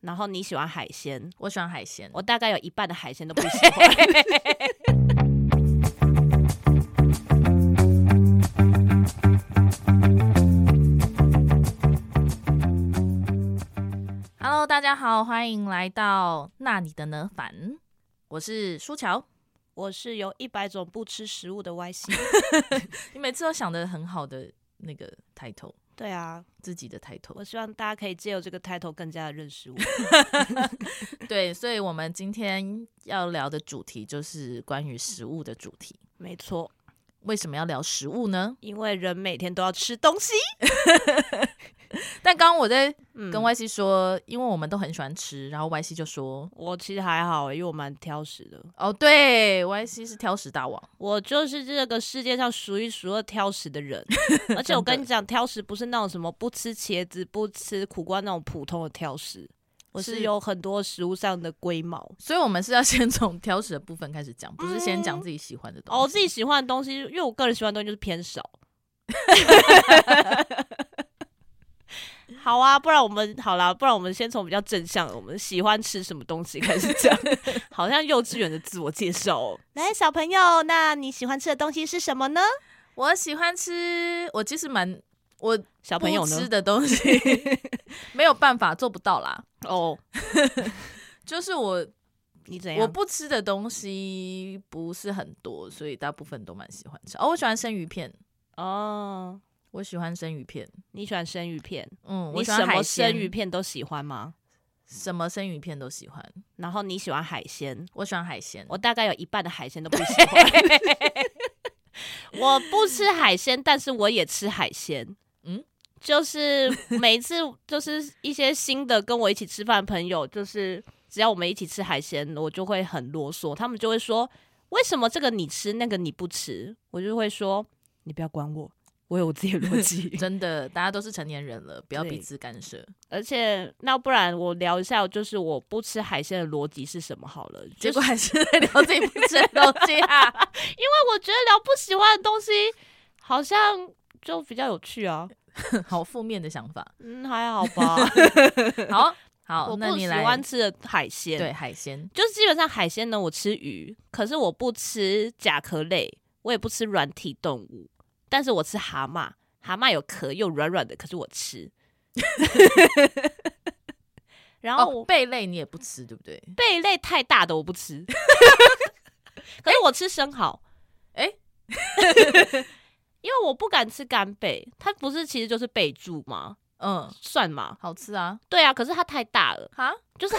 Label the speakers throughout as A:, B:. A: 然后你喜欢海鲜，
B: 我喜欢海鲜，
A: 我大概有一半的海鲜都不喜 欢。
B: Hello，大家好，欢迎来到那你的呢凡，我是舒乔。
A: 我是有一百种不吃食物的 Y C。
B: 你每次都想的很好的那个 title，
A: 对啊，
B: 自己的 title。
A: 我希望大家可以借由这个 title 更加的认识我。
B: 对，所以我们今天要聊的主题就是关于食物的主题。
A: 没错，
B: 为什么要聊食物呢？
A: 因为人每天都要吃东西。
B: 但刚刚我在
A: 嗯
B: 跟 Y C 说，因为我们都很喜欢吃，然后 Y C 就说
A: 我其实还好欸、因为我蛮挑食的。：“
B: 哦，对，Y C 是挑食大王。
A: 我就是这个世界上数一数二挑食的人，而 且我跟你讲，挑食不是那种什么不吃茄子、不吃苦瓜那种普通的挑食，我是
B: 是
A: 有很多食物上的龟毛。”
B: 所以，我们是要先从挑食的部分开始讲，不是先讲自己喜欢的东西。
A: 哦，我自己喜欢的东西，因为我个人喜欢的东西就是偏少。好啊，不然我们好啦，不然我们先从比较正向的，我们喜欢吃什么东西开始讲，好像幼稚园的自我介绍、哦。来，小朋友，那你喜欢吃的东西是什么呢？
B: 我喜欢吃，我其实蛮我
A: 小朋友
B: 不吃
A: 呢？
B: 的东西 没有办法做不到啦。
A: 哦，
B: 就是我
A: 你怎
B: 我
A: 样？
B: 不吃的东西不是很多，所以大部分都蛮喜欢吃。哦，我喜欢生鱼片，
A: 哦，
B: 我喜欢生鱼片。
A: 你喜欢生鱼片？
B: 嗯，
A: 你
B: 我喜
A: 什
B: 欢海
A: 么
B: 鲜
A: 生鱼，片都喜欢吗？
B: 什么生鱼片都喜欢。
A: 然后你喜欢海鲜？
B: 我喜欢海鲜，
A: 我大概有一半的海鲜都不喜 欢。我不吃海鲜，但是我也吃海鲜。嗯
B: 嗯，。
A: 就是每次就是一些新的跟我一起吃饭的朋友，就是只要我们一起吃海鲜，我就会很啰嗦，他们就会说为什么这个你吃，那个你不吃？我就会说你不要管我，我有我自己的逻辑
B: 真的，大家都是成年人了，不要
A: 对
B: 彼此干涉。
A: 而且那不然我聊一下，就是我不吃海鲜的逻辑是什么好了。就是
B: 结果还是在聊自己不吃的东西啊。
A: 我觉得聊不喜欢的东西，好像就比较有趣啊。
B: 好负面的想法。
A: 嗯，还好 吧。
B: 好好，
A: 我
B: 那
A: 不
B: 你
A: 喜
B: 来
A: 欢吃的海鲜，
B: 对，海鲜，
A: 就是基本上海鲜呢，我吃鱼，可是我不吃甲壳类，我也不吃软体动物，但是我吃蛤蟆。蛤蟆有壳又软软的，可是我 吃。然后我
B: 哦，贝类你也不吃，对不对？
A: 贝类太大的我不 吃，可是我吃生蚝。
B: 诶
A: 因为我不敢吃干贝，它不是其实就是贝柱吗？
B: 嗯，
A: 算吗？
B: 好吃啊。
A: 对啊，可是它太大了，
B: 哈，
A: 就是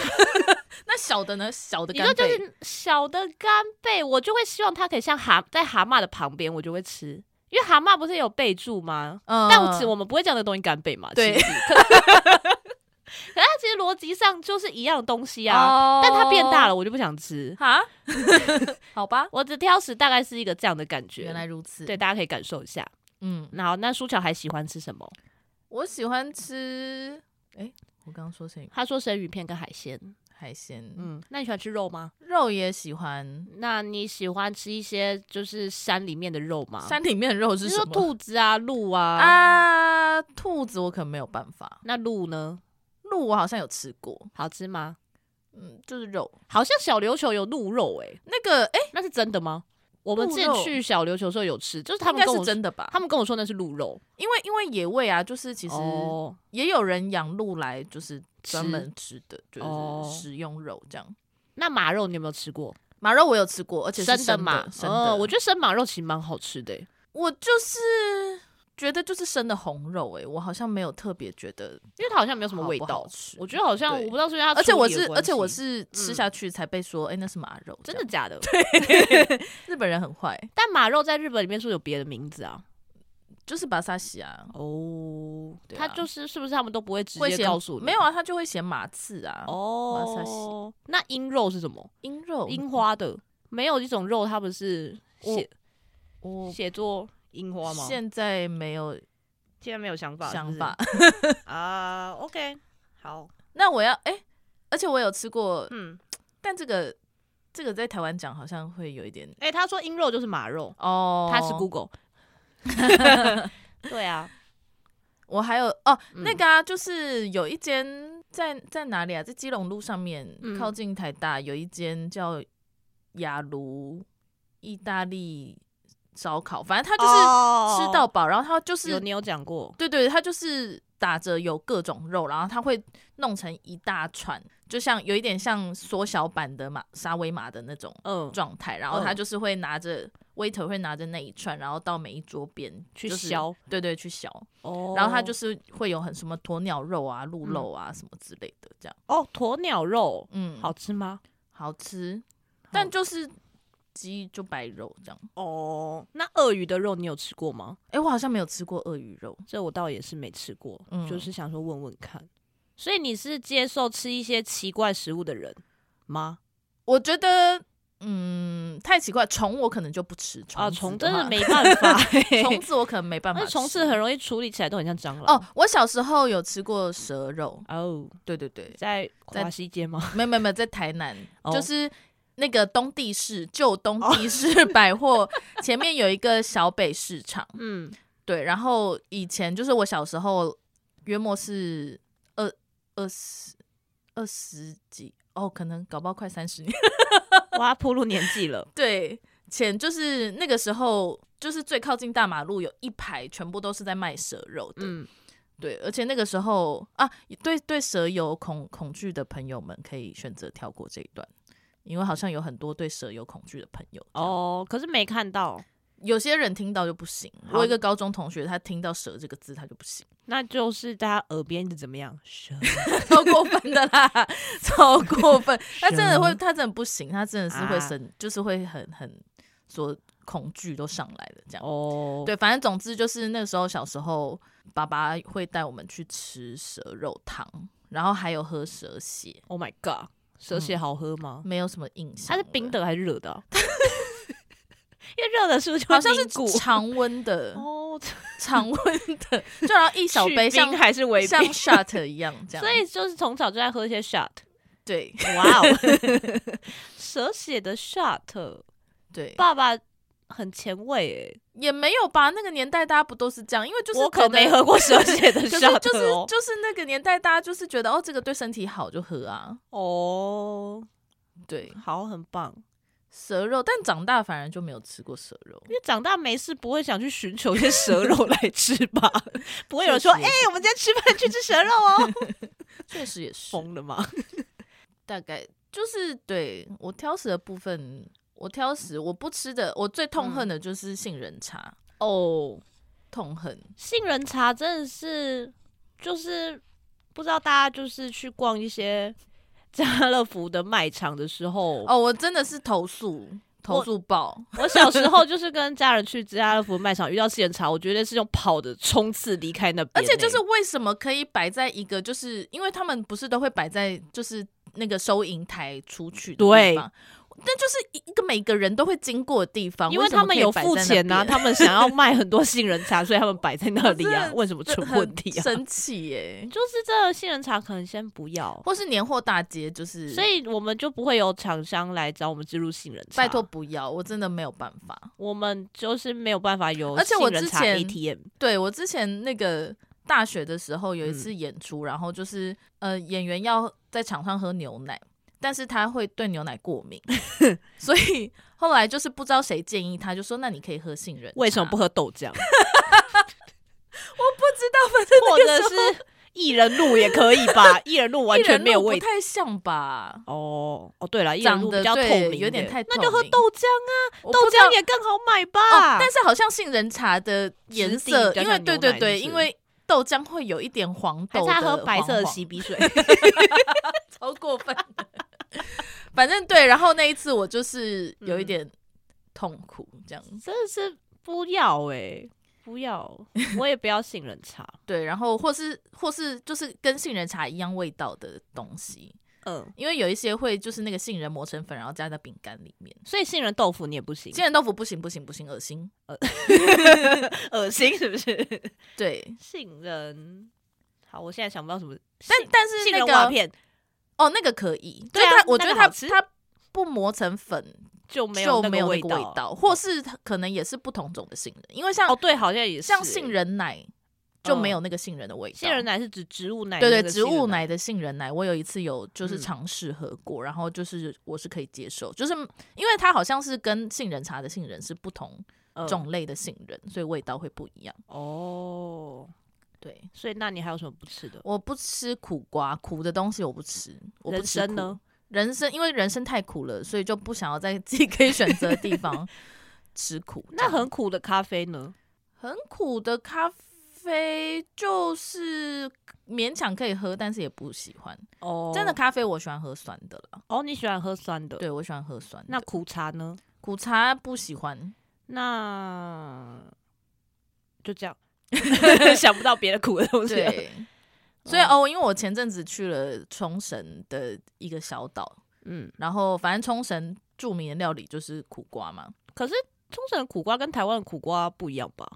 B: 那小的呢？小的
A: 你
B: 干
A: 说
B: 贝，
A: 就是小的干贝，我就会希望它可以像蛤在蛤蟆的旁边，我就会吃，因为蛤蟆不是有贝柱吗？
B: 嗯
A: 但我只我们不会讲的东西干贝嘛，
B: 对
A: 其 实，可可是它其实逻辑上就是一样的东西啊，
B: 哦
A: 但它变大了，我就不想吃。
B: 哈，好吧，
A: 我只挑食，大概是一个这样的感觉。
B: 原来如此。
A: 对，，大家可以感受一下。
B: 嗯，
A: 然后，那舒乔还喜欢吃什么？
B: 我喜欢吃，哎，我刚刚说成
A: 他说生鱼片跟海鲜。
B: 海鲜，嗯，
A: 嗯，那你喜欢吃肉吗？
B: 肉也喜欢。
A: 那你喜欢吃一些就是山里面的肉吗？
B: 山里面的肉是
A: 你
B: 什
A: 说
B: 么？
A: 兔子啊、鹿啊。
B: 啊，兔子我可没有办法。
A: 那鹿呢？
B: 鹿我好像有吃过，
A: 好吃吗？
B: 嗯，就是肉。
A: 好像小琉球有鹿肉诶、
B: 那个，哎，
A: 那是真的吗？我们之前
B: 鹿肉
A: 去小琉球的时候有吃，就是他
B: 应
A: 们
B: 该
A: 跟我
B: 是真的吧？
A: 他们跟我说那是鹿肉，
B: 因为因为野味啊，就是其实
A: 哦
B: 也有人养鹿来，就是专
A: 吃
B: 门吃的，就
A: 哦
B: 是食用肉这样。
A: 那马肉你有没有吃过？
B: 马肉我有吃过，而且是
A: 的马
B: 马，，生
A: 哦我
B: 我
A: 觉得生马肉其实蛮好吃的、欸。
B: 我就是觉得就是生的红肉、欸，我好像没有特别觉得
A: 因为它好像没有什么
B: 好
A: 味
B: 不
A: 道
B: 好。吃
A: 我觉得好像
B: 对
A: 我不知道是因为它
B: 而且我
A: 处理
B: 是
A: 的，关
B: 而且我
A: 系
B: 是吃
A: 嗯
B: 下去才被说，哎、那是马肉，
A: 真
B: 这
A: 的
B: 样
A: 假的？
B: 日本人很坏，
A: 但马肉在日本里面是不是有别的名字啊？
B: 就是巴萨西啊，
A: 哦，
B: 对
A: 它
B: 啊
A: 就是是不是他们都不会直
B: 会
A: 接
B: 写
A: 告诉你？
B: 没有啊，他就会写马刺啊，马萨
A: 哦，那鹰肉是什么？
B: 鹰肉，
A: 樱花的没有一种肉，它不是
B: 我
A: 写
B: 我
A: 写作樱花吗？
B: 现在没有
A: 现在没有想法，
B: 想法，
A: 啊。OK，好，
B: 那我要哎、而且我有吃过，
A: 嗯，
B: 但这个这个在台湾讲好像会有一点
A: 哎，他说鹰肉就是马肉，
B: 哦
A: 他是 Google。对啊，
B: 我还有哦，哦
A: 嗯
B: 啊那个啊，就是有一间在在哪里啊？在基隆路上面，
A: 嗯
B: 靠近台大有一间叫雅卢意大利烧烤，反正它 就是
A: 是
B: 吃到饱，然后它就
A: 哦有
B: 是
A: 你有讲过，
B: 对对，它就是打着有各种肉，然后它会弄成一大串，就像有一点像缩小版的马沙威玛的那种呃
A: 嗯，
B: 状态，然后他
A: 嗯
B: 就是会拿着 waiter 会拿着那一串，然后到每一桌边
A: 去
B: 就是
A: 削，
B: 对对，去削，
A: 哦，嗯
B: 然后他就是会有很什么鸵鸟肉啊、鹿肉啊什么之类的，这样，
A: 哦，鸵鸟肉
B: 嗯，
A: 好吃吗？
B: 好吃，但就是鸡就白肉这样。
A: 哦，那鳄鱼的肉你有吃过吗？
B: 哎，我好像没有吃过鳄鱼肉，
A: 这我倒也是没吃过，
B: 嗯
A: 就是想说问问看。所以你是接受吃一些奇怪食物的人吗？
B: 我觉得。嗯，太奇怪，虫我可能就不吃虫
A: 啊，
B: 子
A: 虫
B: 的
A: 真的
B: 话
A: 没 办法、
B: 虫子我可能没办法
A: 那
B: 吃，
A: 虫子很容易处理起来都很像蟑螂。
B: 哦。我小时候有吃过蛇肉，
A: 哦，
B: 对对 对，
A: 在
B: 在
A: 华西街 吗？
B: 没有没有没有，在台 南，
A: 哦
B: 就是那个东地市旧东地市百货前面有一个小北市场，
A: 嗯，
B: 对，然后以前就是我小时候，约莫是二二十二十几哦，可能搞不好快三十年，
A: 我要铺路年纪了。
B: 对，前就是那个时候。就是最靠近大马路有一排全部都是在卖蛇肉的，
A: 嗯，
B: 对，而且那个时候啊，对对蛇有恐恐惧的朋友们可以选择跳过这一段，因为好像有很多对蛇有恐惧的朋友哦。
A: 哦，可是没看到，
B: 有些人听到就不行，
A: 好
B: 我有一个高中同学，他听到蛇这个字他就不行，
A: 那就是大家耳边是怎么样？ 蛇
B: 超过分的啦， 超过 分，他真的会，
A: 蛇
B: 他真的不行，他真的是会
A: 啊
B: 生，就是会很很所恐惧都上来了这样。
A: 哦，
B: 对，反正总之就是那时候小时候，爸爸会带我们去吃蛇肉汤，然后还有喝蛇血，
A: ，Oh my god，蛇血好喝吗？
B: 没有什么印象
A: 它
B: 了。
A: 是冰的还是热的啊？ 因为热的是不是就会
B: 好像是
A: 凝固
B: 常温的，
A: 哦，
B: 常温 的，就然后一小杯
A: 去冰
B: 像
A: 还是微冰
B: 像？shot 一样这样。
A: 所以就是从小就在喝一些 shot，
B: 对
A: 哇哦， 蛇血的 shot，
B: 对，
A: 爸爸很前卫诶、
B: 也没有吧？那个年代大家不都是这样？因为就是
A: 我
B: 觉
A: 可
B: 得
A: 没喝。过蛇血的
B: 可是
A: shot
B: 就是
A: 哦。
B: 就是那个年代，大家就是觉得哦，这个对身体好就喝啊，
A: 哦，
B: 对
A: 好，很棒。
B: 蛇肉。但长大反而就没有吃过蛇肉，
A: 因为长大没事不会想去寻求一些蛇肉来吃吧？ 不会有人说：“
B: 确
A: 哎
B: 实、
A: 我们今天吃饭去吃蛇肉哦
B: 确实也！”是。
A: 疯了吗？
B: 大概就是对我挑食的部分，我挑食我不吃的，我最痛
A: 嗯
B: 恨的就是杏仁茶，
A: 哦，
B: 痛恨。
A: 杏仁茶真的是，就是不知道大家就是去逛一些 家乐福的卖场的时候，
B: 哦，我真的是投诉，投诉爆，
A: 我小时候就是跟家人去家乐福卖场遇到杏仁茶，我绝对是用跑的冲刺离开那边欸、
B: 而且就是为什么可以摆在一个，就是因为他们不是都会摆在就是那个收银台出去的地
A: 对
B: 方。那就是一一个每个人都会经过的地方，
A: 因为
B: 什么
A: 他们
B: 可以
A: 有
B: 摆
A: 付
B: 在那
A: 钱呐、
B: 边
A: 他们想要卖很多杏仁茶，所以 他们摆在那里 啊
B: 真，的
A: 为什么出
B: 很
A: 问题啊？
B: 生气耶、
A: 就是这个杏仁茶可能先不要，
B: 或是年货大街，就是
A: 所以我们就不会有厂商来找我们植入杏仁茶。
B: 拜托，不要，我真的没有办法。
A: 我们就是没有办法有
B: 而且我
A: 杏仁茶
B: 之前
A: ATM
B: 对我之前那个大学的时候有一
A: 嗯
B: 次演出，然后就是呃演员要在场上喝牛奶，但是他会对牛奶过 敏， 所以后来就是不知道谁建议他，就说那你可以喝杏仁茶，
A: 为什么不喝豆 浆？
B: 那
A: 或
B: 个
A: 者
B: 时候
A: 是薏仁露也可以 吧？薏仁露完
B: 薏仁
A: 全没有
B: 露
A: 味
B: 不太像吧？
A: 哦哦，对了，薏仁
B: 长
A: 露
B: 得
A: 比较透
B: 对
A: 明一点，
B: 有点太
A: 那就喝
B: 透明
A: 豆浆啊，
B: 我
A: 豆
B: 不知道
A: 浆也更好买吧。
B: 哦，但是好像杏仁茶的颜
A: 质地
B: 色，
A: 比较
B: 因为
A: 像牛
B: 对
A: 奶
B: 对对，
A: 是不是
B: 因为豆浆会有一点黄
A: 还
B: 豆
A: 是
B: 的
A: 他
B: 黄黄，
A: 喝白色的洗鼻 水，
B: 超过分的。 反正对，然后那一次我就是有
A: 嗯
B: 一点痛苦，这样、
A: 真的是不要哎、不 要，我也不要杏仁茶。
B: 对，然后或是或是就是跟杏仁茶一样味道的东西，
A: 嗯，
B: 因为有一些会就是那个杏仁磨成粉，然后加在饼干里面。
A: 所以杏仁豆腐你也不行，
B: 杏仁豆腐不行不行不行，恶心。
A: 恶心是不是？
B: 对，
A: 杏仁，好，我现在想不到什么杏，
B: 但但是
A: 杏
B: 那
A: 仁瓦
B: 个
A: 片
B: 哦，那个可以，
A: 对啊
B: 就是它我
A: 那
B: 觉
A: 个
B: 得它
A: 好吃
B: 它不磨成粉
A: 就没
B: 就
A: 那
B: 没有那
A: 味哦
B: 个味道，或是它可能也是不同种的杏仁，因为像、
A: 哦，对，好像也是欸
B: 像杏仁奶就没有那个杏仁的味道。
A: 杏仁奶是指植物奶，
B: 对对，
A: 那个
B: 植
A: 杏仁
B: 物奶的杏仁奶，我有一次有就是
A: 嗯
B: 尝试喝过，然后就是我是可以接受，就是因为它好像是跟杏仁茶的杏仁是不同
A: 嗯
B: 种类的杏仁，所以味道会不一样。
A: 哦。
B: 对，
A: 所以那你还有什么不吃的？
B: 我不吃苦瓜，苦的东西我不吃，我不
A: 人
B: 吃
A: 参
B: 苦。
A: 呢？
B: 人生因为人生太苦了，所以就不想要在自己可以选择的地 方吃苦。
A: 那很苦的咖啡呢？
B: 很苦的咖啡就是勉强可以喝，但是也不喜欢。
A: 哦，
B: 真的咖啡我喜欢喝酸的啦，
A: 哦，你喜欢喝酸的？
B: 对我喜欢喝酸的。
A: 那苦茶呢？
B: 苦茶不喜 欢，
A: 那就 这样，想不到别的苦的东西了。
B: 对。所以哦，因为我前阵子去了冲绳的一个小岛，
A: 嗯，
B: 然后反正冲绳著名的料理就是苦瓜嘛，
A: 可是冲绳的苦瓜跟台湾的苦瓜不一样吧？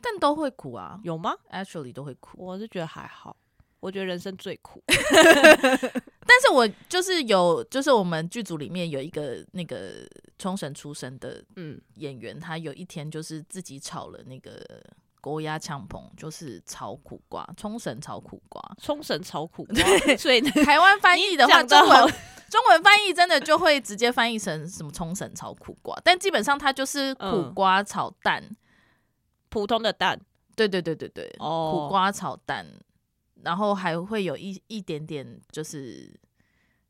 B: 但都会苦啊
A: 有吗？
B: ，actually 都会苦。
A: 我是觉得还好，我觉得人生最苦。
B: 但是我就是有，就是我们剧组里面有一个那个冲绳出生的
A: 嗯，
B: 演员，他有一天就是自己炒了那个锅鸭枪棚，就是炒苦瓜，冲绳炒苦瓜。
A: 冲绳超 苦瓜，所以呢
B: 台湾翻译的话，
A: 你讲得
B: 中文
A: 好
B: 中文翻译真的就会直接翻译成什么冲绳炒苦瓜，但基本上它就是苦
A: 嗯
B: 瓜炒蛋。
A: 普通的蛋
B: 对对对对对，
A: 哦，
B: 苦瓜炒蛋，然后还会有一一点点，就是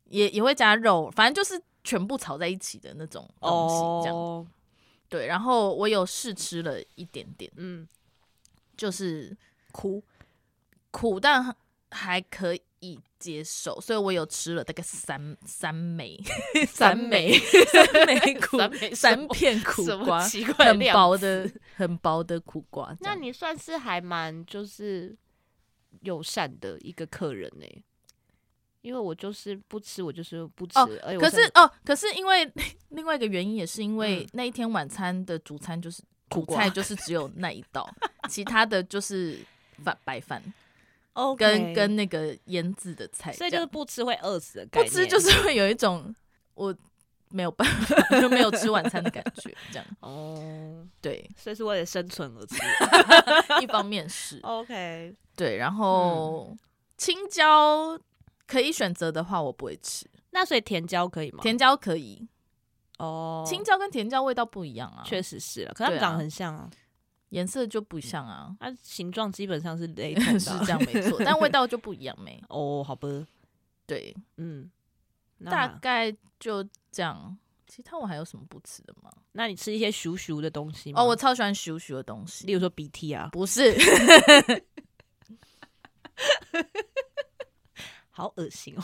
B: 也也会加肉，反正就是全部炒在一起的那种东西，这样、
A: 哦，
B: 对。然后我有试吃了一点点，
A: 嗯，
B: 就是
A: 苦
B: 苦但还可以接受，所以我有吃了大概三 三枚
A: 三
B: 枚 三枚苦
A: 三枚什
B: 三
A: 么
B: 片苦
A: 什么
B: 瓜，
A: 奇怪
B: 很
A: 量
B: 薄
A: 词
B: 的很薄的苦瓜这
A: 那
B: 样。
A: 你算是还蛮就是友善的一个客人呢、因为我就是不吃，我就是不吃。而且我
B: 可
A: 算
B: 是哦，可是因为 另外一个原因，也是因为
A: 嗯
B: 那一天晚餐的主餐就是
A: 苦
B: 主
A: 瓜
B: 菜就是只有那一道， 其他的就是饭白饭
A: OK
B: 跟跟那个腌制的菜这
A: 所以就
B: 样，
A: 是不吃会饿死的概
B: 不
A: 念，
B: 吃就是会有一种我没有办法 就没有吃晚餐的感觉，这样
A: 哦，
B: 对，
A: 所以是为了生存而吃。
B: 一方面是
A: OK，
B: 对，然
A: 嗯
B: 后青椒可以选择的话，我不会吃，
A: 那所以甜椒可以吗？
B: 甜椒可以，
A: 哦，
B: 青椒跟甜椒味道不一样啊，
A: 确实是了，可它们
B: 对啊
A: 长得很像啊，
B: 颜色就不像啊，
A: 它形状基本上是雷同的、啊
B: 是这。样 没错，但味道就不一样没。
A: 哦，好吧，
B: 对，
A: 嗯，
B: 大
A: 那
B: 概就这样。其他我还有什么不吃的吗？
A: 那你吃一些熟熟的东西吗？
B: 哦，我超喜欢咻咻的东西，
A: 例如说鼻涕啊，
B: 不是
A: 好恶心哦，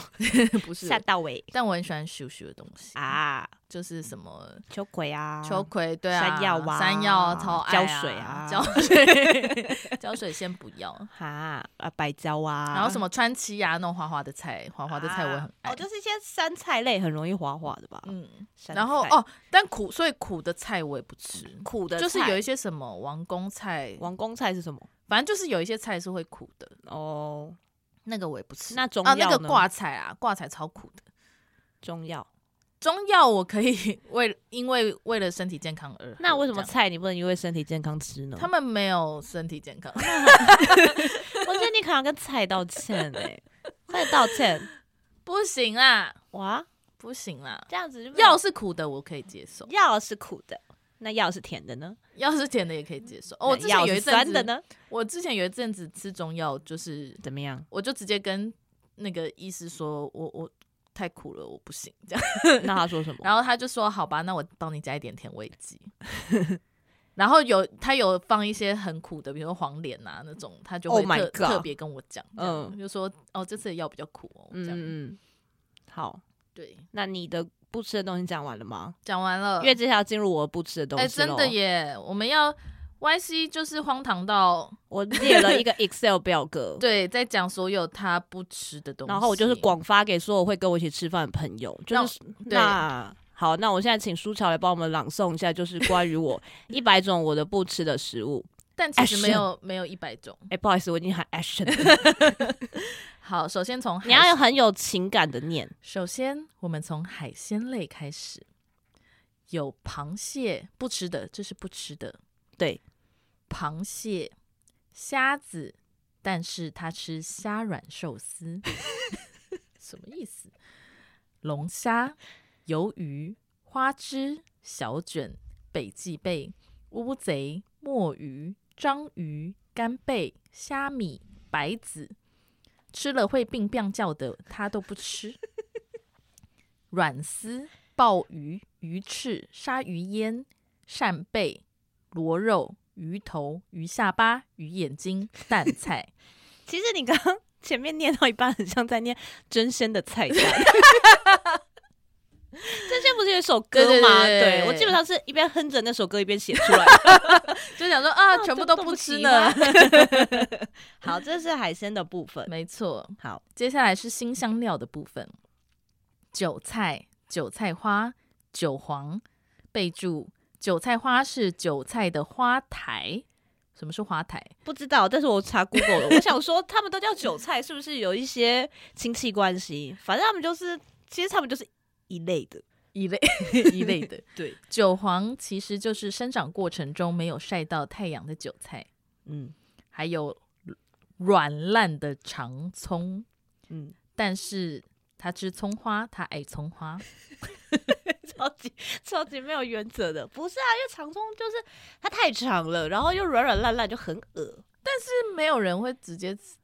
B: 不是
A: 吓，到尾
B: 但我很喜欢咻咻的东西，
A: 啊，
B: 就是什么
A: 秋葵啊，
B: 秋葵，对啊，
A: 山药啊
B: 山药啊超爱
A: 胶水啊
B: 胶水， 胶水先不要。
A: 哈啊，白椒啊，
B: 然后什
A: 么
B: 么川崎呀、啊，那种滑滑的菜，滑滑的菜我也很爱。
A: 哦，就是一些山菜类很容易滑滑的吧。
B: 嗯，
A: 山
B: 然后
A: 菜，
B: 哦，但苦，所以苦的菜我也不吃，
A: 苦的
B: 就是
A: 菜
B: 有一些什么王宫菜，
A: 王宫菜是什么？
B: 反正就是有一些菜是会苦的。
A: 哦，
B: 那个我也不吃。
A: 那中
B: 啊，
A: 药
B: 那个
A: 呢
B: 挂彩啊，挂彩超苦的。
A: 中药。
B: 中药我可以为因为为了身体健康而喝
A: 那为什么
B: 这样
A: 菜你不能因为身体健康吃呢？
B: 他们没有身体健康？
A: 我觉得你可能要跟菜道歉哎、 快点道歉！
B: 不行啦，
A: 哇，
B: 不行啦。
A: 这样子 就没有
B: 药是苦的，我可以 接受；
A: 药是苦的，那药是甜的呢？
B: 药是甜的，也可以接受。哦，我之
A: 那
B: 前
A: 药
B: 有一
A: 是
B: 阵
A: 酸的
B: 子，
A: 呢？
B: 我之前有一阵子吃中药，就是？
A: 怎么样
B: 我就直接跟那个医师说，我我太苦了，我不行这样。
A: 那他说什么？
B: 然后他就说，好吧，那我帮你加一点甜味 剂。然后有他有放一些很苦的，比如说黄连啊那种，他就会
A: Oh my
B: 特、
A: God
B: 特别跟我讲，嗯，
A: 嗯
B: 就说哦这次的药比较苦哦，这样、
A: 嗯嗯，好，
B: 对，
A: 那你的不吃的东西讲完了吗？
B: 讲完了
A: 因，为接下来进入我不吃的东西
B: 呃哎真的
A: 咯
B: 耶，我们要 Y C 就是荒唐到
A: 我列了 一个 Excel 表格，
B: 对，在讲所有他不吃的东西，
A: 然后我就是广发给所有会跟我一起吃饭的朋友，就是
B: 对
A: 那好，那我现在请舒乔来帮我们朗诵一下，就是关于 我一百种我的不吃的食物。
B: 但其实没有没有一百种。
A: 哎、不好意思，我已经喊 action 了，
B: 好，首先从海
A: 你要有很有情感的念，
B: 首先，我们从海鲜类开始，有螃蟹不吃的，这是不吃的。
A: 对，
B: 螃蟹、虾子、但是他吃虾软寿司，什么意思？龙虾、鱿鱼、花枝、小卷、北极贝、乌贼、墨鱼、章鱼、干贝、虾米、白子，吃了会病病叫的他都不吃。软丝、鲍鱼、鱼翅、鲨鱼烟、扇贝、螺肉、鱼头、鱼下巴、鱼眼睛、蛋菜。
A: 其实你刚刚前面念到一半，很像在念真仙的菜单。 真仙不是有一首歌吗？
B: 对对对对对
A: 我基本上是一边哼着那首歌一边写 出来的。
B: 就想说啊，
A: 啊
B: 全部
A: 都
B: 都
A: 不
B: 不吃
A: 及
B: 呢。
A: 好，这是海鲜的部分。
B: 没错，
A: 好，
B: 接下来是新香料的部分：韭菜、韭菜花、韭黄。备注：韭菜花是韭菜的花苔。什么是花苔？
A: 不知道，但是我查 Google 了，我想说他们都叫韭菜，是不是有一些亲戚关系？反正他们就是，其实他们就是一类的。
B: 一 类一类的
A: 对，
B: 韭黄其实就是生长过程中没有晒到太阳的韭菜，
A: 嗯
B: 还有软烂的长葱，
A: 嗯，
B: 但是他吃葱花，他爱葱花。
A: 超级 超级没有原则的，不是啊？因为长葱就是它太长了，然后又软软烂烂，就很恶。
B: 是没有人会直接吃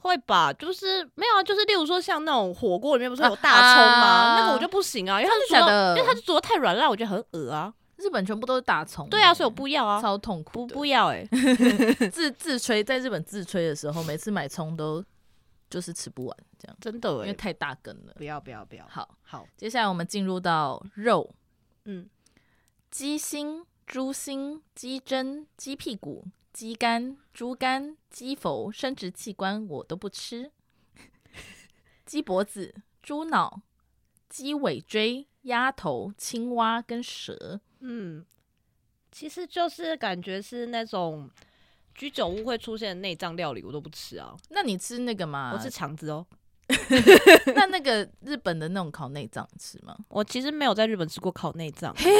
A: 会吧，就是没有啊，就是例如说像那种火锅里面不是有
B: 啊
A: 大葱吗？
B: 啊
A: 那个我就不行啊，因为它是煮
B: 真的假
A: 到，
B: 的
A: 因为它是煮的太软烂，我觉得很恶啊。
B: 日本全部都是大葱欸，
A: 对啊，所以我不要啊，
B: 超痛苦
A: 不
B: 的。
A: 不要哎、
B: 自自吹，在日本自吹的时候，每次买葱都就是吃不完，这样，
A: 真的
B: 因
A: 哎、
B: 为太大根了。
A: 不要不要不要，
B: 好，
A: 好，
B: 接下来我们进入到肉，
A: 嗯，
B: 鸡心、猪心、鸡胗、鸡屁股、鸡肝、猪肝、鸡否、生殖器官我都不吃， 鸡脖子、猪脑、鸡尾椎、鸭头、青蛙跟蛇。
A: 嗯，其实就是感觉是那种居酒屋会出现的内脏料理，我都不吃啊，
B: 那你吃那个吗？
A: 我吃肠子哦。
B: 那那个日本的那种烤内脏你吃吗？
A: 我其实没有在日本吃过烤内脏，
B: 嘿，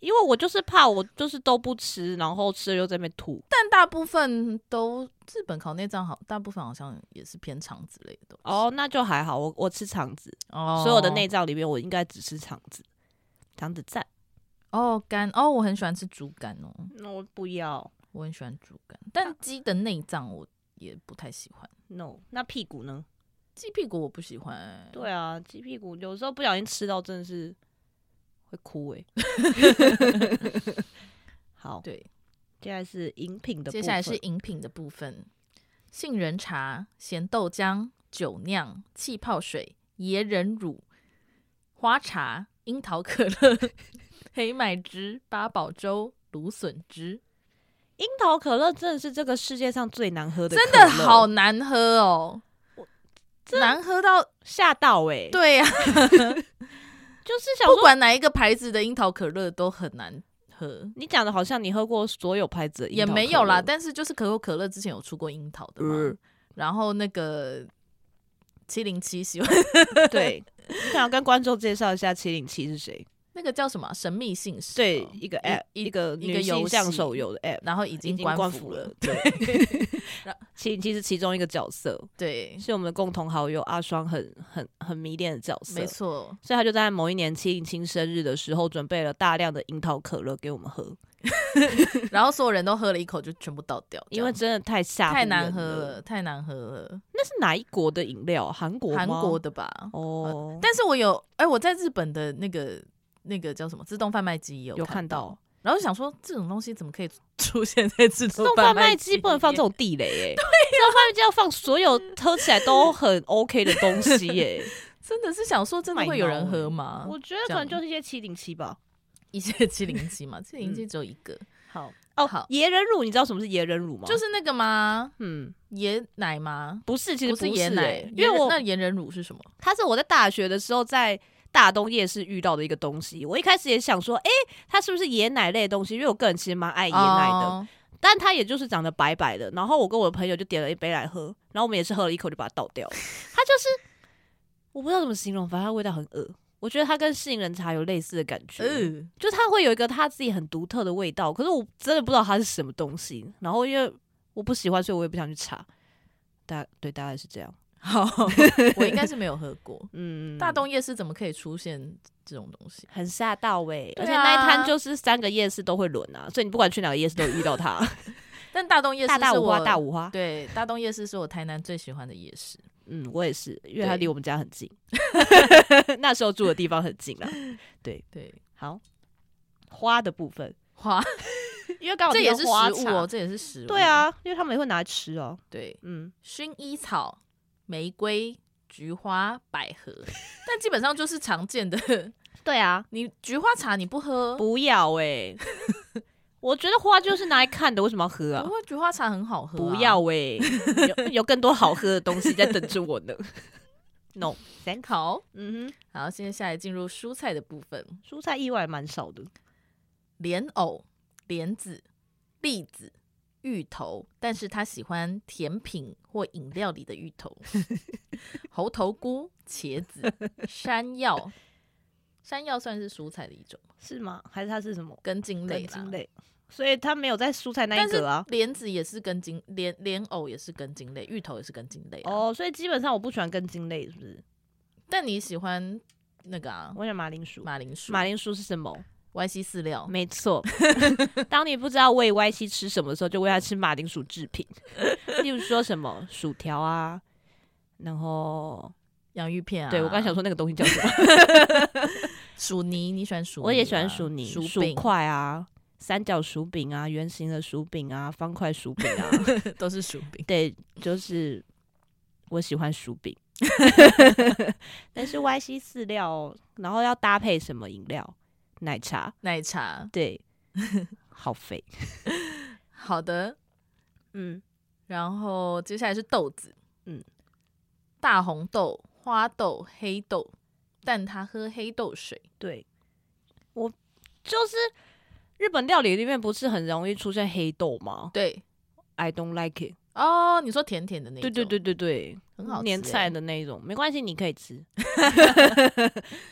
A: 因为我就是怕我就是都不吃，然后吃了又在那边吐。
B: 但大部分都日本烤内脏好，大部分好像也是偏肠之类的东西
A: 哦，那就还好，我我吃肠子，
B: 哦
A: 所有的内脏里面，我应该只吃肠子。肠子赞，
B: 哦肝哦，我很喜欢吃猪肝哦，
A: 那我不要。
B: 我很喜欢猪肝，
A: 啊
B: 但鸡的内脏我也不太喜欢，
A: No，那屁股呢？
B: 鸡屁股我不喜欢。
A: 对啊，鸡屁股有时候不小心吃到真的是会哭诶、 好，
B: 对，
A: 接下来是饮品的部分，
B: 接下来是饮品的部分，杏仁茶、咸豆浆、酒酿、气泡水、椰仁乳、花茶、樱桃可乐、 黑麦汁、八宝粥、芦笋汁。
A: 樱桃可乐，真的是这个世界上最难喝的，
B: 真的好，难喝哦，难喝到
A: 吓到诶、
B: 对呀、
A: 就是想
B: 不
A: 说，
B: 管哪一个牌子的樱桃可乐都很难喝，
A: 你讲的好像你喝过所有牌子的樱
B: 也
A: 桃
B: 没
A: 可
B: 有啦。
A: 乐
B: 但是就是可口可乐之前有出过樱桃的嘛，
A: 呃
B: 然后那个七零七喜欢
A: 对，你想要跟观众介绍一下七零七是谁？
B: 那个叫什么啊神秘性食
A: 对
B: 哦，
A: 一个 app，
B: 一
A: 一个
B: 一
A: 女
B: 个
A: 性
B: 游
A: 向
B: 戏
A: 手游的 app，
B: 然后已经
A: 官
B: 关
A: 服
B: 了，。
A: 对，其其实其中一个角色
B: 对，
A: 是我们的共同好友阿双很很很迷恋的角色
B: 没，错，
A: 所以他就在某一年七零七生日的时候准备了大量的樱桃可乐给我们喝，
B: 然后所有人都喝了一口就全部倒掉，这
A: 因为
B: 样
A: 真的太吓
B: 太
A: 唬
B: 难
A: 人
B: 喝
A: 了。
B: 了，太难喝了，
A: 那是哪一国的饮料？韩国吗？
B: 韩国的吧？
A: 哦，
B: 但是我有，哎、我在日本的那个那个叫什么自动贩卖机有
A: 有
B: 看
A: 看到
B: 然后想说这种东西怎么可以 出现在自
A: 自
B: 动
A: 动贩
B: 贩
A: 卖
B: 机
A: 机不能放这种地雷哎、欸，
B: 啊
A: 自动贩卖机要放所 有喝起来都很 OK 的东西耶、
B: 里面？真的是想说，真的会有人喝吗？
A: 我觉得可能就是一些七零七吧。
B: 一些七零七嘛，七
A: 嗯
B: 零七只有一个，
A: 好哦，
B: 好
A: 椰仁乳，你知道什么是椰仁乳吗？
B: 就是那个吗？
A: 嗯，
B: 椰奶吗？
A: 不是，其实
B: 不
A: 是
B: 椰奶
A: 欸，因
B: 椰
A: 为
B: 仁
A: 我
B: 那椰仁乳是什么？
A: 它是我在大学的时候在大东夜市遇到的一个东西。我一开始也想说，诶，它是不是椰奶类的东西？因为我个人其实蛮爱椰奶的，
B: 哦
A: 但它也就是长得白白的。然后我跟我的朋友就点了一杯来喝，然后我们也是喝了一口就把它倒掉了。它就是我不知道怎么形容，反正它味道很恶。我觉得它跟杏仁茶有类似的感觉。
B: 嗯，
A: 就它会有一个它自己很独特的味道，可是我真的不知道它是什么东西。然后因为我不喜欢，所以我也不想去查。大对，大概是这样。
B: 呃好， 我应该是没有喝过。
A: 嗯，
B: 大东夜市怎么可以出现这种东西？
A: 很吓到喂、而
B: 对啊
A: 且那一摊就是三个夜市都会轮啊，所以你不管去哪个夜市都会遇到 它。
B: 但大东夜市
A: 大大
B: 是
A: 五花，
B: 我
A: 大五花。
B: 对大东夜市是我台南最喜欢的夜市。
A: 嗯，我也是，因为它
B: 对
A: 离我们家很近， 那时候住的地方很近啊。
B: 对，
A: 好，花的部分，
B: 花
A: 因为刚好
B: 这
A: 提
B: 也
A: 到
B: 是
A: 花
B: 食物
A: 茶
B: 哦，这也是食物。
A: 对，啊，因为他们也会拿来吃哦。
B: 对，
A: 嗯，
B: 薰衣草、玫瑰、菊花、百合，但基本上就是常见的。
A: 对啊，
B: 你菊花茶你不喝，
A: 不要哎、 我觉得花就是拿来看的，为什么要喝啊
B: 不？过菊花茶很好喝、啊
A: 不要，哎、有有更多好喝的东西在等着我呢。No，thank you。
B: 好。
A: 嗯哼，
B: 然后现在下来进入蔬菜的部分，
A: 蔬菜意外蛮少的。
B: 莲藕、莲子、栗子、芋头，但是他喜欢甜品或饮料里的芋 头，猴头菇、茄子、山药。山药算是蔬菜的一种，
A: 是吗？还是它是什么
B: 根茎类
A: 根
B: 啦
A: 茎。类？所以它没有在蔬菜那
B: 但
A: 一
B: 是
A: 格啊。
B: 莲子也是根茎，莲莲藕也是根茎类，芋头也是根茎类、哦，
A: 哦，所以基本上我不喜欢根茎类，是不是？
B: 但你喜欢那个啊，
A: 我喜欢马铃薯。哦
B: 马铃薯、
A: 马铃薯是什么？
B: YC 饲料，
A: 没 错，当你不知道喂 Y C 吃什么的时候，就喂它吃马铃薯制品，例如说什 么薯条啊，然后
B: 洋芋片 啊。
A: 对我刚想说那个东西叫什么，
B: 薯泥，你喜欢薯泥吗？
A: 我也喜欢薯泥、
B: 薯
A: 薯
B: 饼
A: 块啊、三角薯饼啊、圆形的薯饼啊、方块薯饼啊，
B: 都是薯饼。
A: 对，就是我喜欢薯饼， 但是 Y C 饲料，然后要搭配什么饮料？奶茶，
B: 奶茶，
A: 对，好肥，
B: 好的。
A: 嗯，
B: 然后接下来是豆子，
A: 嗯
B: 嗯，大红豆、花豆、黑豆，但他喝黑豆水。
A: 对，我就是日本料理里面不是很容易出现黑豆吗
B: 对，
A: ？I don't like it。
B: 哦，你说甜甜的那一
A: 对
B: 种，
A: 对，对对对，
B: 很好吃
A: 年
B: 欸
A: 菜的那一种，没关系，你可以 吃，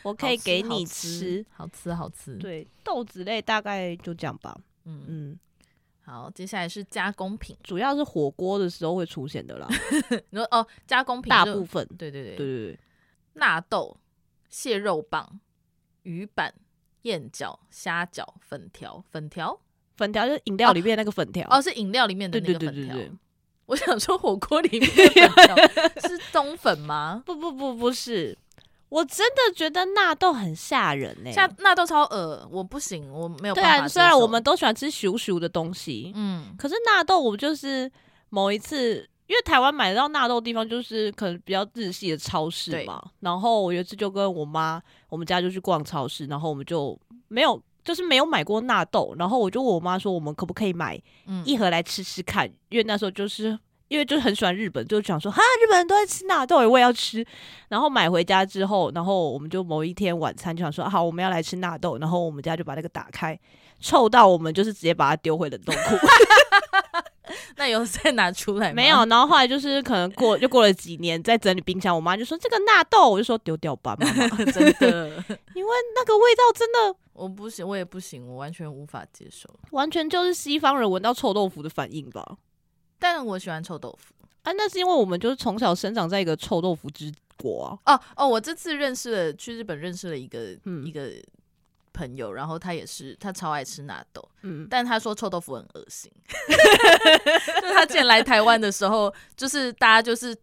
A: 我可以给你吃。
B: 好吃好吃。，
A: 对，豆子类大概就这样吧。
B: 嗯，
A: 嗯，
B: 好，接下来是加工品。
A: 主要是火锅的时候会出现的啦，
B: 你说哦，加工品
A: 大
B: 就
A: 部分。
B: 对对
A: 对对
B: 对，
A: 对，
B: 纳豆、蟹肉棒、鱼板、燕饺、虾饺、粉条、粉条
A: 粉条就是饮料里面那个粉条。
B: 哦，，是饮料里面
A: 对
B: 的那
A: 对
B: 个
A: 对对
B: 粉条。
A: 对，
B: 我想说火锅里面的粉 条是冬粉吗？
A: 不不不不是，我真的觉得纳豆很吓人呢、
B: 像纳豆超恶，我不行，我没有
A: 对
B: 办法接
A: 啊，
B: 受。
A: 虽然我们都喜欢吃熟熟的东西，
B: 嗯，
A: 可是纳豆我就是某一次，因为台湾买得到纳豆的地方就是可能比较日系的超市
B: 对
A: 嘛。然后我有一次就跟我妈，我们家就去逛超市，然后我们就没有。就是没有买过纳豆，然后我就问我妈说，我们可不可以买
B: 嗯
A: 一盒来吃吃看？因为那时候就是因为就是很喜欢日本，就想说哈，日本人都在吃纳豆，我也要吃。然后买回家之后，然后我们就某一天晚餐就想说，啊好，我们要来吃纳豆，然后我们家就把那个打开，臭到我们就是直接把它丢回冷冻库。
B: 那有再拿出 来吗
A: 没有，？然后后来就是可能过就过了几年，在整理冰箱，我妈就说这个纳豆，我就说丢掉吧，妈妈，
B: 真的，
A: 因为那个味道真的
B: 我不行，我也不行，我完全无法接受。
A: 完全就是西方人闻到臭豆腐的反应吧。
B: 但我喜欢臭豆腐。
A: 啊，那是因为我们就是从小生长在一个臭豆腐之国啊。
B: 哦哦，我这次认识了，去日本认识了一个、
A: 嗯
B: 一个朋友，然后他也是，他超爱吃纳豆，
A: 嗯，
B: 但他说臭豆腐很恶 心。就是他之前来台湾的时候，就是大家就是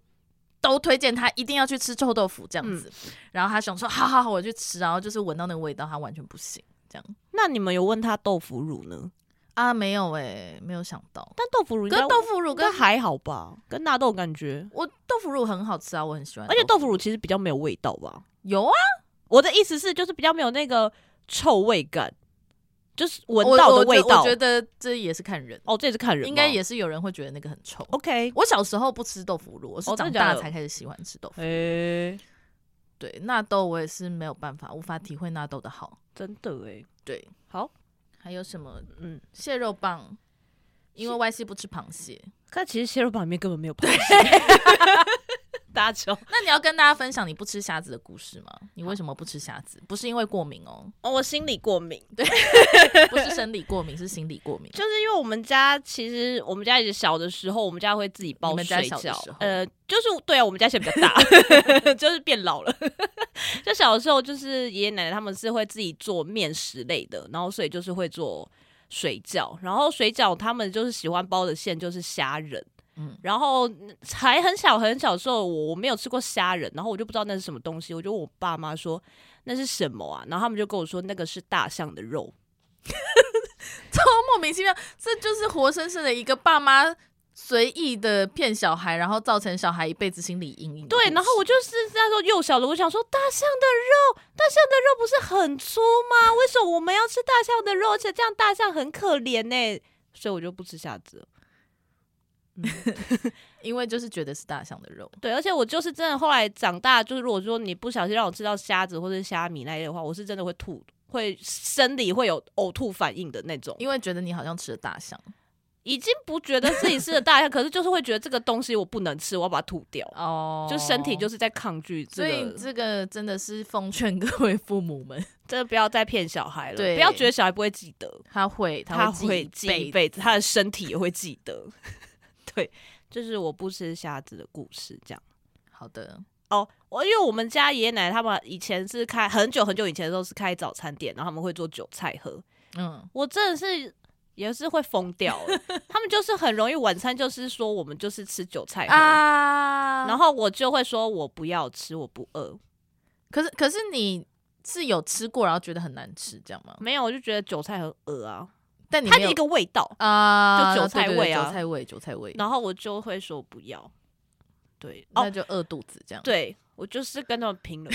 B: 都推荐他一定要去吃臭豆腐这
A: 嗯
B: 样子，然后他想说好好好，我去吃，然后就是闻到那个味道，他完全不行这样
A: 那你们有问他豆腐乳呢？
B: 啊，没有哎、没有想到，
A: 但豆腐乳应该
B: 跟豆腐乳
A: 应该
B: 跟
A: 还好吧，跟纳豆感觉，
B: 我豆腐乳很好吃啊，我很喜欢，
A: 而且豆腐乳其实比较没有味道吧。
B: 有啊，
A: 我的意思是，就是比较没有那个臭味感，就是闻
B: 我
A: 到
B: 我
A: 的味
B: 觉
A: 道。
B: 我觉得这也是看人，
A: 哦，这也是看人吗，
B: 应该也是有人会觉得那个很臭。
A: OK。
B: 我小时候不吃豆腐乳，我是
A: 哦真
B: 长
A: 的假
B: 大
A: 的
B: 才开始喜欢吃豆腐。
A: 诶、
B: 对，纳豆我也是没有办法，无法体会纳豆的好。
A: 真的诶、
B: 对，
A: 好，
B: 还有什么
A: 嗯，
B: 蟹肉棒？因为 Y C 不吃螃蟹，
A: 但其实蟹肉棒里面根本没有螃蟹，沙球。
B: 那你要跟大家分享你不吃虾子的故事吗？你为什么不吃虾子？不是因为过敏 哦，
A: 哦，我心里过敏，对，
B: 不是生理过敏，是心理过敏。
A: 就是因为我们家其实我们家一直小的时候，我们家会自己包
B: 你们家
A: 水
B: 小的
A: 饺
B: 时候，
A: 呃，就是对啊，我们家现在比较 大，就是变老了。 就小的时候，就是爷爷奶奶他们是会自己做面食类的，然后所以就是会做水饺，然后水饺他们就是喜欢包的馅就是虾仁。
B: 嗯
A: 然后还很小很小的时候，我我没有吃过虾仁，然后我就不知道那是什么东西，我就问我爸妈说那是什么啊？然后他们就跟我说那个是大象的肉，
B: 超莫名其妙，这就是活生生的一个爸妈随意的骗小孩，然后造成小孩一辈子心理阴影的故事。
A: 对，然后我就是那时候幼小的，我想说大象的肉，大象的肉不是很粗吗？为什么我们要吃大象的肉？而且这样大象很可怜呢、所以我就不吃虾子了。
B: 因为就是觉得是大象的肉，
A: 对，而且我就是真的后来长大，就是如果说你不小心让我吃到虾子或者虾米那类的话，我是真的会吐，会生理会有呕吐反应的那种。
B: 因为觉得你好像吃了大象
A: 已经不觉得自己是个大象，可是就是会觉得这个东西我不能吃，我要把它吐 掉。
B: 哦
A: 就身体就是在抗拒这
B: 所以
A: 个，
B: 这个真的是奉劝各位父母们，
A: 真的不要再骗小孩了，
B: 对
A: 不要觉得小孩不会记得。
B: 他会
A: 他
B: 会
A: 会记
B: 记一辈
A: 一辈子，他的身体也会记得。 对，就是我不吃虾子的故事这样。
B: 好的，
A: 哦，我因为我们家爷爷奶奶他们以前是开很久很久以前的时候是开早餐店，然后他们会做韭菜盒，
B: 嗯，
A: 我真的是也是会疯掉欸他们就是很容易晚餐就是说我们就是吃韭菜盒，
B: 啊
A: 然后我就会说我不要吃，我不饿。
B: 可是可是你是有吃过，然后觉得很难吃这样吗？
A: 没有，我就觉得韭菜很恶啊，
B: 但你
A: 它
B: 没
A: 的
B: 有
A: 一个味道，
B: 啊，
A: 就韭菜
B: 对对对
A: 味啊
B: 韭菜味，韭菜味，
A: 然后我就会说不要。对，哦
B: 那，就饿肚子这样。，
A: 对我就是跟他们拼了。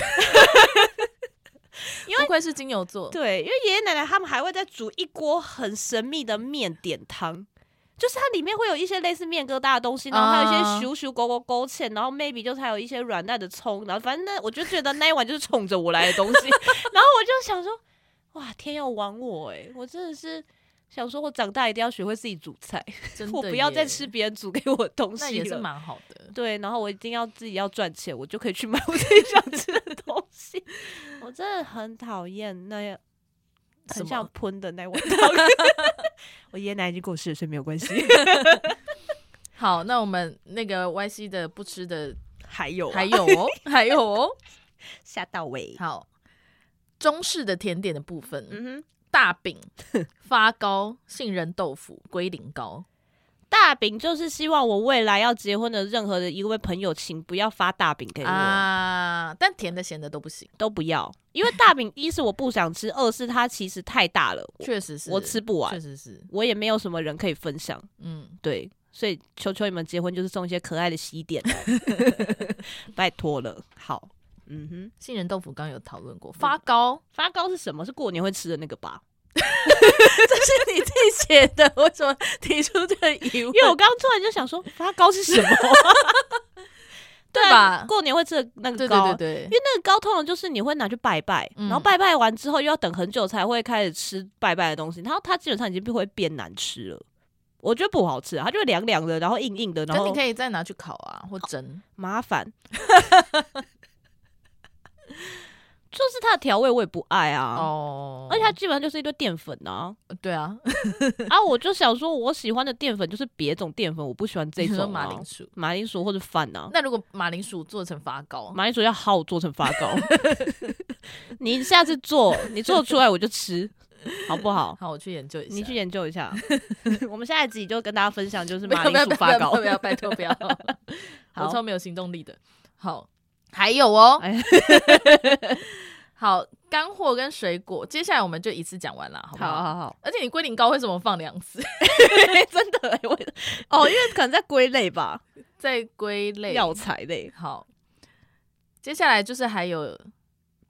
B: 不愧是金牛座，
A: 对，因为爷爷奶奶他们还会再煮一锅很神秘的面点汤，就是它里面会有一些类似面疙瘩的东西，然后还有
B: 啊
A: 一些熟熟勾勾勾芡，然后 maybe 就是还有一些软烂的葱，然后反正那我就觉得那一碗就是冲着我来的东西， 然后我就想说，哇，天要亡我哎、我真的是。想说，我长大一定要学会自己煮菜，
B: 真的
A: 我不要再
B: 耶
A: 吃，别人煮给我的东西
B: 那也是
A: 了
B: 蛮好的。
A: 对，然后我一定要自己要赚钱，我就可以去买我自己想吃的东 西。我真的很讨厌那样
B: 什
A: 很
B: 么
A: 想喷的那碗汤。 我爷爷奶奶已经过世了，所以没有关 系。
B: 好，那我们那个 Y C 的不吃的
A: 还有、
B: 还有 哦，还有哦，
A: 下到尾，
B: 好，中式的甜点的部分，
A: 嗯哼，
B: 大饼、发糕、杏仁豆腐、龟苓膏。
A: 大饼就是希望我未来要结婚的任何的一位朋友，请不要发大饼给我，
B: 啊，但甜的咸的都不行，
A: 都不要，因为大饼一是我不想吃，二是它其实太大了，我
B: 确实是
A: 我吃，不
B: 确
A: 完，
B: 实是，
A: 我也没有什么人可以分享。
B: 嗯，
A: 对，所以求求你们结婚就是送一些可爱的喜点 来，拜托了。好，嗯哼，
B: 杏仁豆腐刚刚有讨论过，发 糕
A: 发糕是什么？是过年会吃的那个吧？
B: 这是你自己写的，我怎么提出这个疑问
A: 因为我刚刚突然就想说，发糕是什么？对
B: 对
A: 啊
B: 吧？
A: 过年会吃的那个
B: 对对
A: 糕啊，
B: 对对
A: 因，为那个糕通常就是你会拿去拜拜，
B: 嗯
A: 然后拜拜完之后又要等很久才会开始吃拜拜的东西，然后它基本上已经不会变难吃了。我觉得不好吃啊，它就会凉凉的，然后硬硬的，然
B: 但你
A: 后
B: 可以再拿去烤啊，或蒸。
A: 麻 烦。就是它的调味我也不爱啊，
B: 哦
A: 而且它基本上就是一堆淀粉 啊
B: 对啊，
A: 啊！我就想说，我喜欢的淀粉就是别种淀粉，我不喜欢这
B: 你
A: 种、
B: 说
A: 啊、
B: 马铃薯。
A: 马铃薯或者饭啊，
B: 那如果马铃薯做成发糕，
A: 马铃薯要好做成发 糕。你下次做，你做出来我就 吃，好不好？
B: 好，我去研究一下。
A: 你 去研究一下。我们下一集就跟大家分享，就是
B: 不要
A: 马铃薯发糕
B: 不要。不要，拜托不 要，
A: 好
B: 我超没有行动力的。好，还有哦
A: 哎，
B: 好，干货跟水果，接下来我们就一次讲完了，好不
A: 好好好，
B: 而且你龟苓膏为什么放两次？
A: 真的、欸、我哦，因为可能在归类吧，
B: 在归类。
A: 药材类。
B: 好，接下来就是还有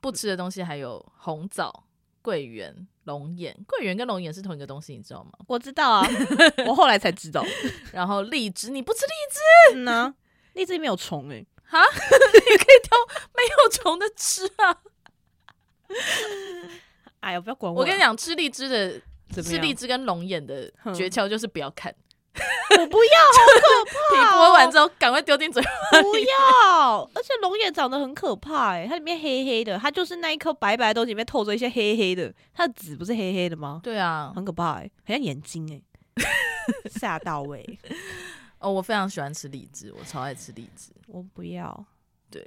B: 不吃的东西，还有红枣、桂圆、龙眼。桂圆跟龙眼是同一个东西，你知道吗？
A: 我知道 啊，我后来才知道。
B: 然后荔枝，你不吃荔
A: 嗯呐、荔枝里面有虫哎、
B: 哈，你可以挑没有虫的吃 啊！
A: 哎呀，不要管我
B: 我
A: 我哎
B: 跟你，讲，吃荔枝的
A: 啊怎么
B: 吃
A: 样
B: 荔枝跟龙眼的诀窍就是不要看，
A: 我不要，
B: 皮
A: 好可怕、
B: 剥 完之后赶快丢进嘴巴。
A: 不要！而且龙眼长得很可怕哎、它里面黑黑的，它就是那一颗白白的东西里面透着一些黑黑的，它的籽不是黑黑的吗？
B: 对啊，
A: 很可怕哎、很像眼睛 哎、吓到哎、
B: 哦，我非常喜欢吃荔枝，我超爱吃荔枝。
A: 我不要，
B: 对，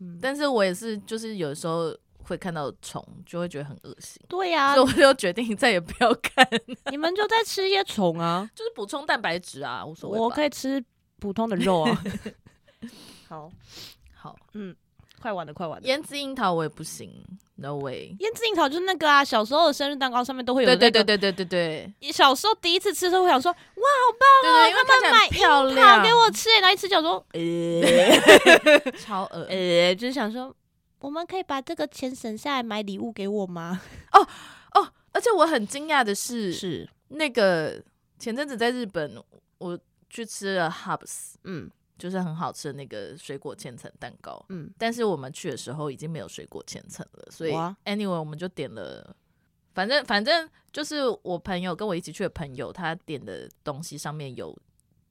A: 嗯，
B: 但是我也是，就是有时候会看到虫，就会觉得很恶心，
A: 对呀、
B: 所以我就决定再也不要看，
A: 你们就在吃一些虫啊，
B: 就是补充蛋白质啊，无所谓吧。
A: 我可以吃普通的肉啊。 好，
B: 好，
A: 快完了，快完了。
B: 腌制樱桃我也不行，no way。
A: 腌制樱桃就是那个啊，小时候的生日蛋糕上面都会有、
B: 对
A: 那
B: 对
A: 个。哦
B: 对对对对对
A: 对，小时候第一次吃的时候会想说，哇，
B: 对对，因为看起
A: 他们
B: 来很
A: 买
B: 漂
A: 樱桃
B: 亮，
A: 给我 吃欸，然后一吃就想说，呃。
B: 超恶心。
A: 呃，就是想说，我们可以把这个钱省下来买礼物给我吗？
B: 而且我很惊讶的是，
A: 是，
B: 那个前阵子在日本，我去吃了 Hubs，
A: 嗯
B: 就是很好吃的那个水果千层蛋糕。
A: 嗯，
B: 但是我们去的时候已经没有水果千层了，所以
A: 哇
B: anyway 我们就点了，反正反正就是我朋友跟我一起去的朋友，他点的东西上面有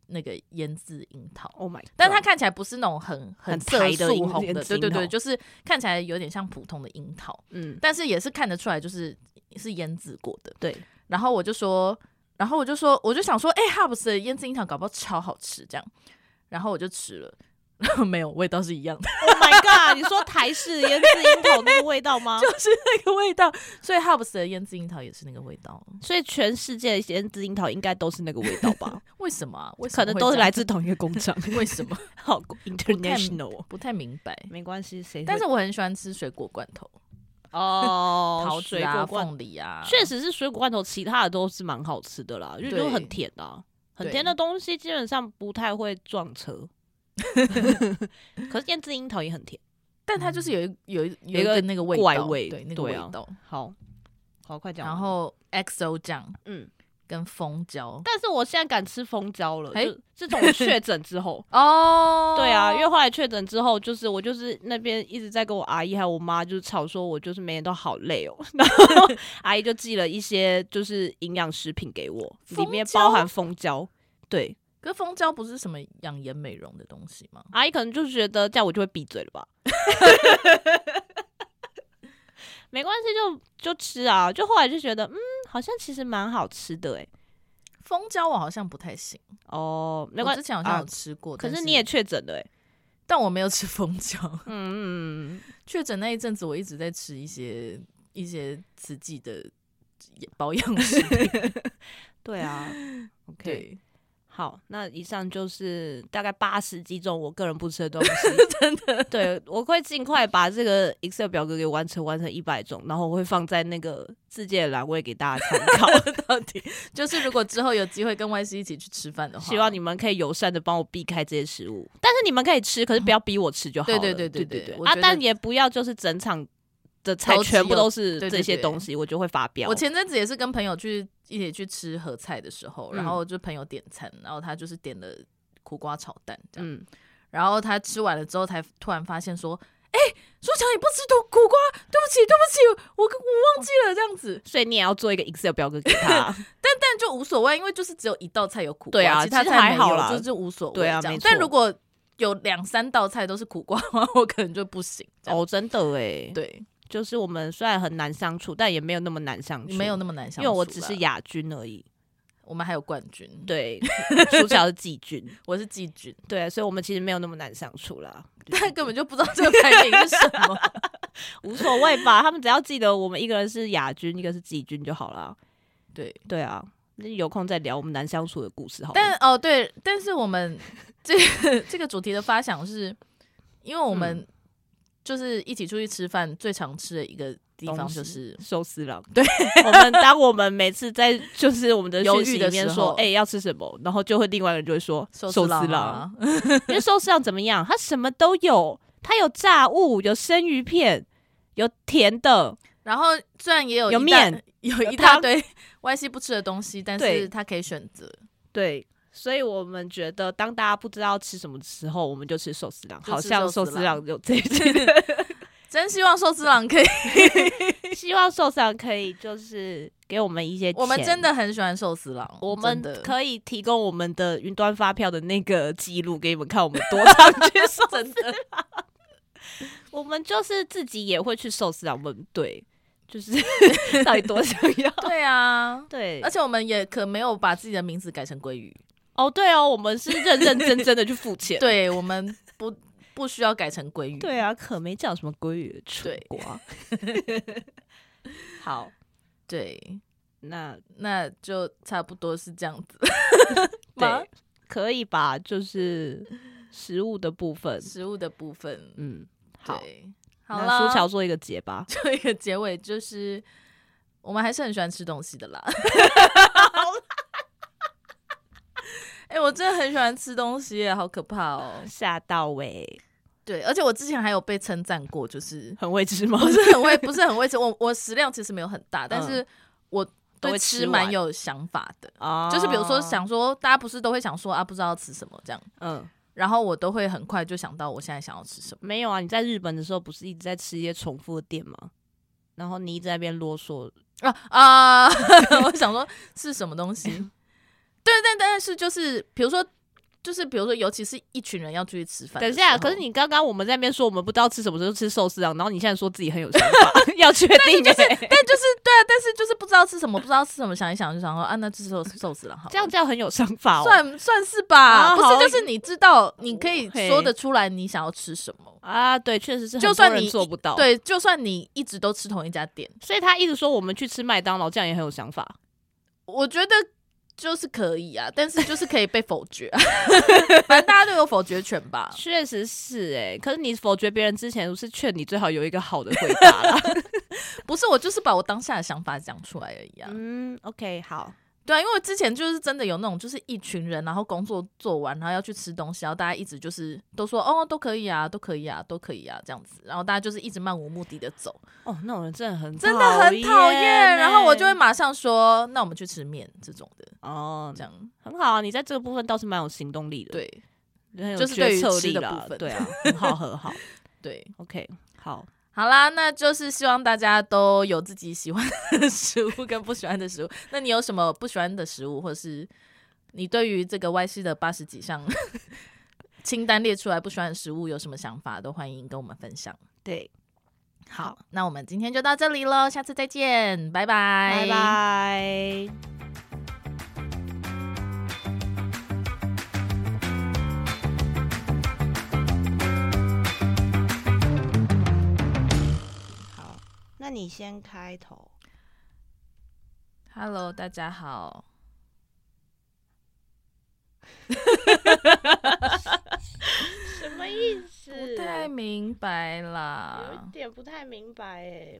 B: 那个腌制樱桃。
A: ，Oh my，
B: 但它看起来不是那种很
A: 很
B: 色
A: 白的
B: 素
A: 樱
B: 红的，
A: 腌制
B: 对
A: 樱
B: 对对，
A: 桃
B: 就是看起来有点像普通的樱桃，
A: 嗯，
B: 但是也是看得出来就是是腌制过的。
A: 对，
B: 然后我就说，然后我就说，我就想说，哎、哈 h u b s 的腌制樱桃搞不好超好吃这样，然后我就吃了， 然后没有味道是一样的，
A: ，Oh my god，你说台 式腌制樱桃那个味道吗？
B: 就是那个味道，所以 h u b s 的腌制樱桃也是那个味道，
A: 所以全世界的腌制樱桃应该都是那个味道 吧？
B: 为什么、啊？为什么
A: 可能都是
B: 会这样
A: 来自同一个工 厂，
B: 为什么？
A: 好
B: 太
A: international 哦。
B: 不太 明白。
A: 没关系，谁会？
B: 但是我很喜欢吃水果罐头，
A: 哦，
B: 桃子
A: 水
B: 啊、
A: 果罐，
B: 凤梨啊，
A: 确实是水果罐头，其他的都是蛮好吃的啦，因为
B: 对
A: 就很甜啊，很甜的东西基本上不太会撞车。 可是腌制樱桃也很甜。
B: 但它就是有一有一
A: 有
B: 有
A: 一个
B: 个那个味道，
A: 怪味
B: 对那个味
A: 对啊
B: 道。
A: 好，好，快讲完。
B: 然后 XO 酱
A: 嗯，
B: 跟蜂胶
A: 但是我现在敢吃蜂胶了，
B: 哎。
A: 就自从我确诊之后
B: 哦
A: 对啊，因为后来确诊之后，就是我就是那边一直在跟我阿姨还有我妈就是吵，说我就是每天都好累哦。 然后阿姨就寄了一些就是营养食品给我，
B: 蜂胶
A: 里面包含蜂胶。对，
B: 可是蜂胶不是什么养颜美容的东西吗？
A: 阿姨可能就觉得这样我就会闭嘴了吧。没关系，就就吃啊。就后来就觉得，嗯，好像其实蛮好吃的哎、
B: 蜂胶我好像不太行，
A: 哦，没
B: 我
A: 关
B: 之前好像
A: 啊
B: 有吃过，
A: 可
B: 但
A: 是
B: 是
A: 你也，确诊了哎、
B: 但我没有吃蜂胶。
A: 嗯嗯
B: 确诊那一阵子，我一直在吃一些一些刺激的保养食品。
A: 对啊 ，OK，
B: 对，
A: 好，那以上就是大概八十几种我个人不吃的东西，
B: 真的
A: 对我会尽快把这个 Excel 表格给完成，完成一百种，然后我会放在那个世界栏位给大家参考，
B: 到底就是，如果之后有机会跟 YC 一起去吃饭的话，
A: 希望你们可以友善的帮我避开这些食物，但是你们可以吃，可是不要逼我吃就好了，
B: 对
A: 对
B: 对对对
A: 对
B: 对我
A: 啊
B: 觉，
A: 但
B: 得
A: 也不要就是整场的菜
B: 都只
A: 全部
B: 有
A: 都是
B: 对对
A: 这些
B: 对
A: 东西，我就会发飙
B: 我。前阵子也是跟朋友去一起去吃合菜的时候，
A: 嗯
B: 然后就朋友点餐，然后他就是点了苦瓜炒蛋这样，
A: 嗯，
B: 然后他吃完了之后才突然发现说。哎、说强你不吃苦苦瓜，对不起，对不起，我我忘记了这样子，
A: 所以你也要做一个 Excel 表格给 他。
B: 但就无所谓，因为就是只有一道菜有苦瓜，
A: 对啊
B: 其他
A: 其实
B: 菜
A: 还
B: 没
A: 好
B: 有
A: 啦
B: 就是无所谓
A: 对啊
B: 这样
A: 没错
B: 但如果有两三道菜都是苦瓜的话， 我可能就不行。哦，
A: 哦，真的哎，
B: 对，
A: 就是我们虽然很难相处，但也没有那么难相处，
B: 没有那么难相
A: 因
B: 处啦，嗯
A: 为我只是亚军而已。
B: 我们还有冠军，，
A: 对，主角是季军，
B: 我是季军，
A: 对，啊所以我们其实没有那么难相处啦，
B: 但根本就不知道这个排名是什么。
A: 无所谓吧。他们只要记得我们一个人是亚军，一个是季军就好啦。
B: 对，
A: 对啊，那有空再聊我们难相处的故 事好了。
B: 但哦对，但是我们这个这个主题的发想是，因为我们
A: 嗯
B: 就是一起出去吃饭，最常吃的一个地方
A: 东西
B: 就是
A: 寿司郎，对我们，当我们每次在就是我们的
B: 犹
A: 讯息
B: 豫的
A: 里面
B: 时
A: 说
B: 候，
A: 哎、要吃什么，然后就会另外一个人就会说
B: 寿
A: 司
B: 郎
A: 郎，
B: 啊。
A: 因为寿司郎怎么样？它什么都有，它有炸物，有生鱼片，有甜的，
B: 然后虽然也有
A: 有
B: 一大
A: 面
B: 有
A: 有
B: 一大
A: 汤
B: 堆 Y C 不吃的东西，但是
A: 对
B: 他可以选择，
A: 对。所以我们觉得，当大家不知道吃什么的时候，我们就吃寿司郎，
B: 就吃
A: 好像寿司郎有这 一 句。
B: 真希望寿司郎可以
A: 希望寿司郎可以就是给我们一些钱。
B: 我们真的很喜欢寿司郎，
A: 我
B: 真
A: 们
B: 的
A: 可以提供我们的云端发票的那个记录给你们看，我们多常 去寿
B: 真的
A: 我们就是自己也会去寿司郎问对，就是 到底多想要？
B: 对啊，
A: 对
B: 而，且我们也可没有把自己的名字改成鲑鱼，
A: 哦对哦，我们是认认真真的去付钱。
B: 对我们不 不需要改成鲑鱼，
A: 对啊，可没讲什么鲑鱼吃
B: 对
A: 瓜。好，
B: 对，
A: 那
B: 那就差不多是这样子 吗
A: 对？可以吧？就是食物的部分，
B: 食物的部分，
A: 嗯，好，
B: 对，好
A: 那苏
B: 了，
A: 乔做一个结吧。
B: 就一个结尾就是。我们还是很喜欢吃东西的啦。哎、我真的很喜欢吃东西耶，好可怕哦！
A: 吓到喂，
B: 对，而且我之前还有被称赞 过，就是
A: 很会吃吗？
B: 不是很会，不是很会吃。我我食量其实没有很大，但是我
A: 嗯都
B: 对
A: 会吃
B: 吃
A: 完
B: 蛮有想法的。
A: 啊
B: 就是比如说，想说，大家不是都会想说啊，不知道吃什么这样，
A: 嗯，
B: 然后我都会很快就想到我现在想要吃什么。
A: 没有啊，你在日本的时候不是一直在吃一些重复的店吗？然后你一直在那边啰嗦，
B: 啊啊！ 我想说是什么东 西？对，但但是就是比如说，就是比如说，尤其是一群人要出去吃饭
A: 等
B: 的
A: 一
B: 时候。
A: 下，可是你刚刚我们在那边说我们不知道吃什么，时候吃寿司啊郎，然后你现在说自己很有想 法，要确定、欸，
B: 但就是对啊，但是就是不知道吃什么，不知道吃什么，想一想就想说啊，那吃寿寿司郎好了。
A: 这样叫很有想法哦。
B: 算算是吧，
A: 啊
B: 不
A: 好
B: 是就是你知道，你可以
A: 嘿
B: 说得出来你想要吃什么。
A: 啊，对，确实是，
B: 就算你
A: 做不到，，
B: 对，就算你一直都吃同一家店，
A: 所以他一直说我们去吃麦当劳，这样也很有想法。
B: 我觉得就是可以啊，但是就是可以被否决、 啊，反正大家都有否决权吧。
A: 确实是哎、可是你否决别人之前，我是劝你最好有一个好的回答啦。
B: 不是，我就是把我当下的想法讲出来而已啊。
A: 嗯，OK，好，
B: 对啊，因为我之前就是真的有那种，就是一群人，然后工作做完，然后要去吃东西，然后大家一直就是都说哦，都可以啊，都可以啊，都可以啊这样子，然后大家就是一直漫无目的的走。
A: 哦，那种人真的很
B: 真的很讨厌。
A: 欸
B: 然后我就会马上说，那我们去吃面这种的，
A: 哦
B: 这，样
A: 很好啊，你在这个部分倒是蛮有行动力的，
B: 对
A: 对，很有
B: 就是
A: 决
B: 对于
A: 策
B: 吃
A: 力
B: 的
A: 啦
B: 部分
A: 对啊， 很好很好
B: 对。
A: ，OK，好，
B: 好啦，那就是希望大家都有自己喜欢的食物跟不喜欢的食物。那你有什么不喜欢的食物，或者是你对于这个 Y C 的八十几项 清单列出来不喜欢的食物有什么想法，都欢迎跟我们分享。
A: 对，好，
B: 那我们今天就到这里喽，下次再见，拜
A: 拜
B: 拜，
A: 拜。好，那你先开头。
B: Hello，大家好。
A: 什么意思？
B: 不太明白
A: 有
B: 啦
A: 一。点不太明白哎。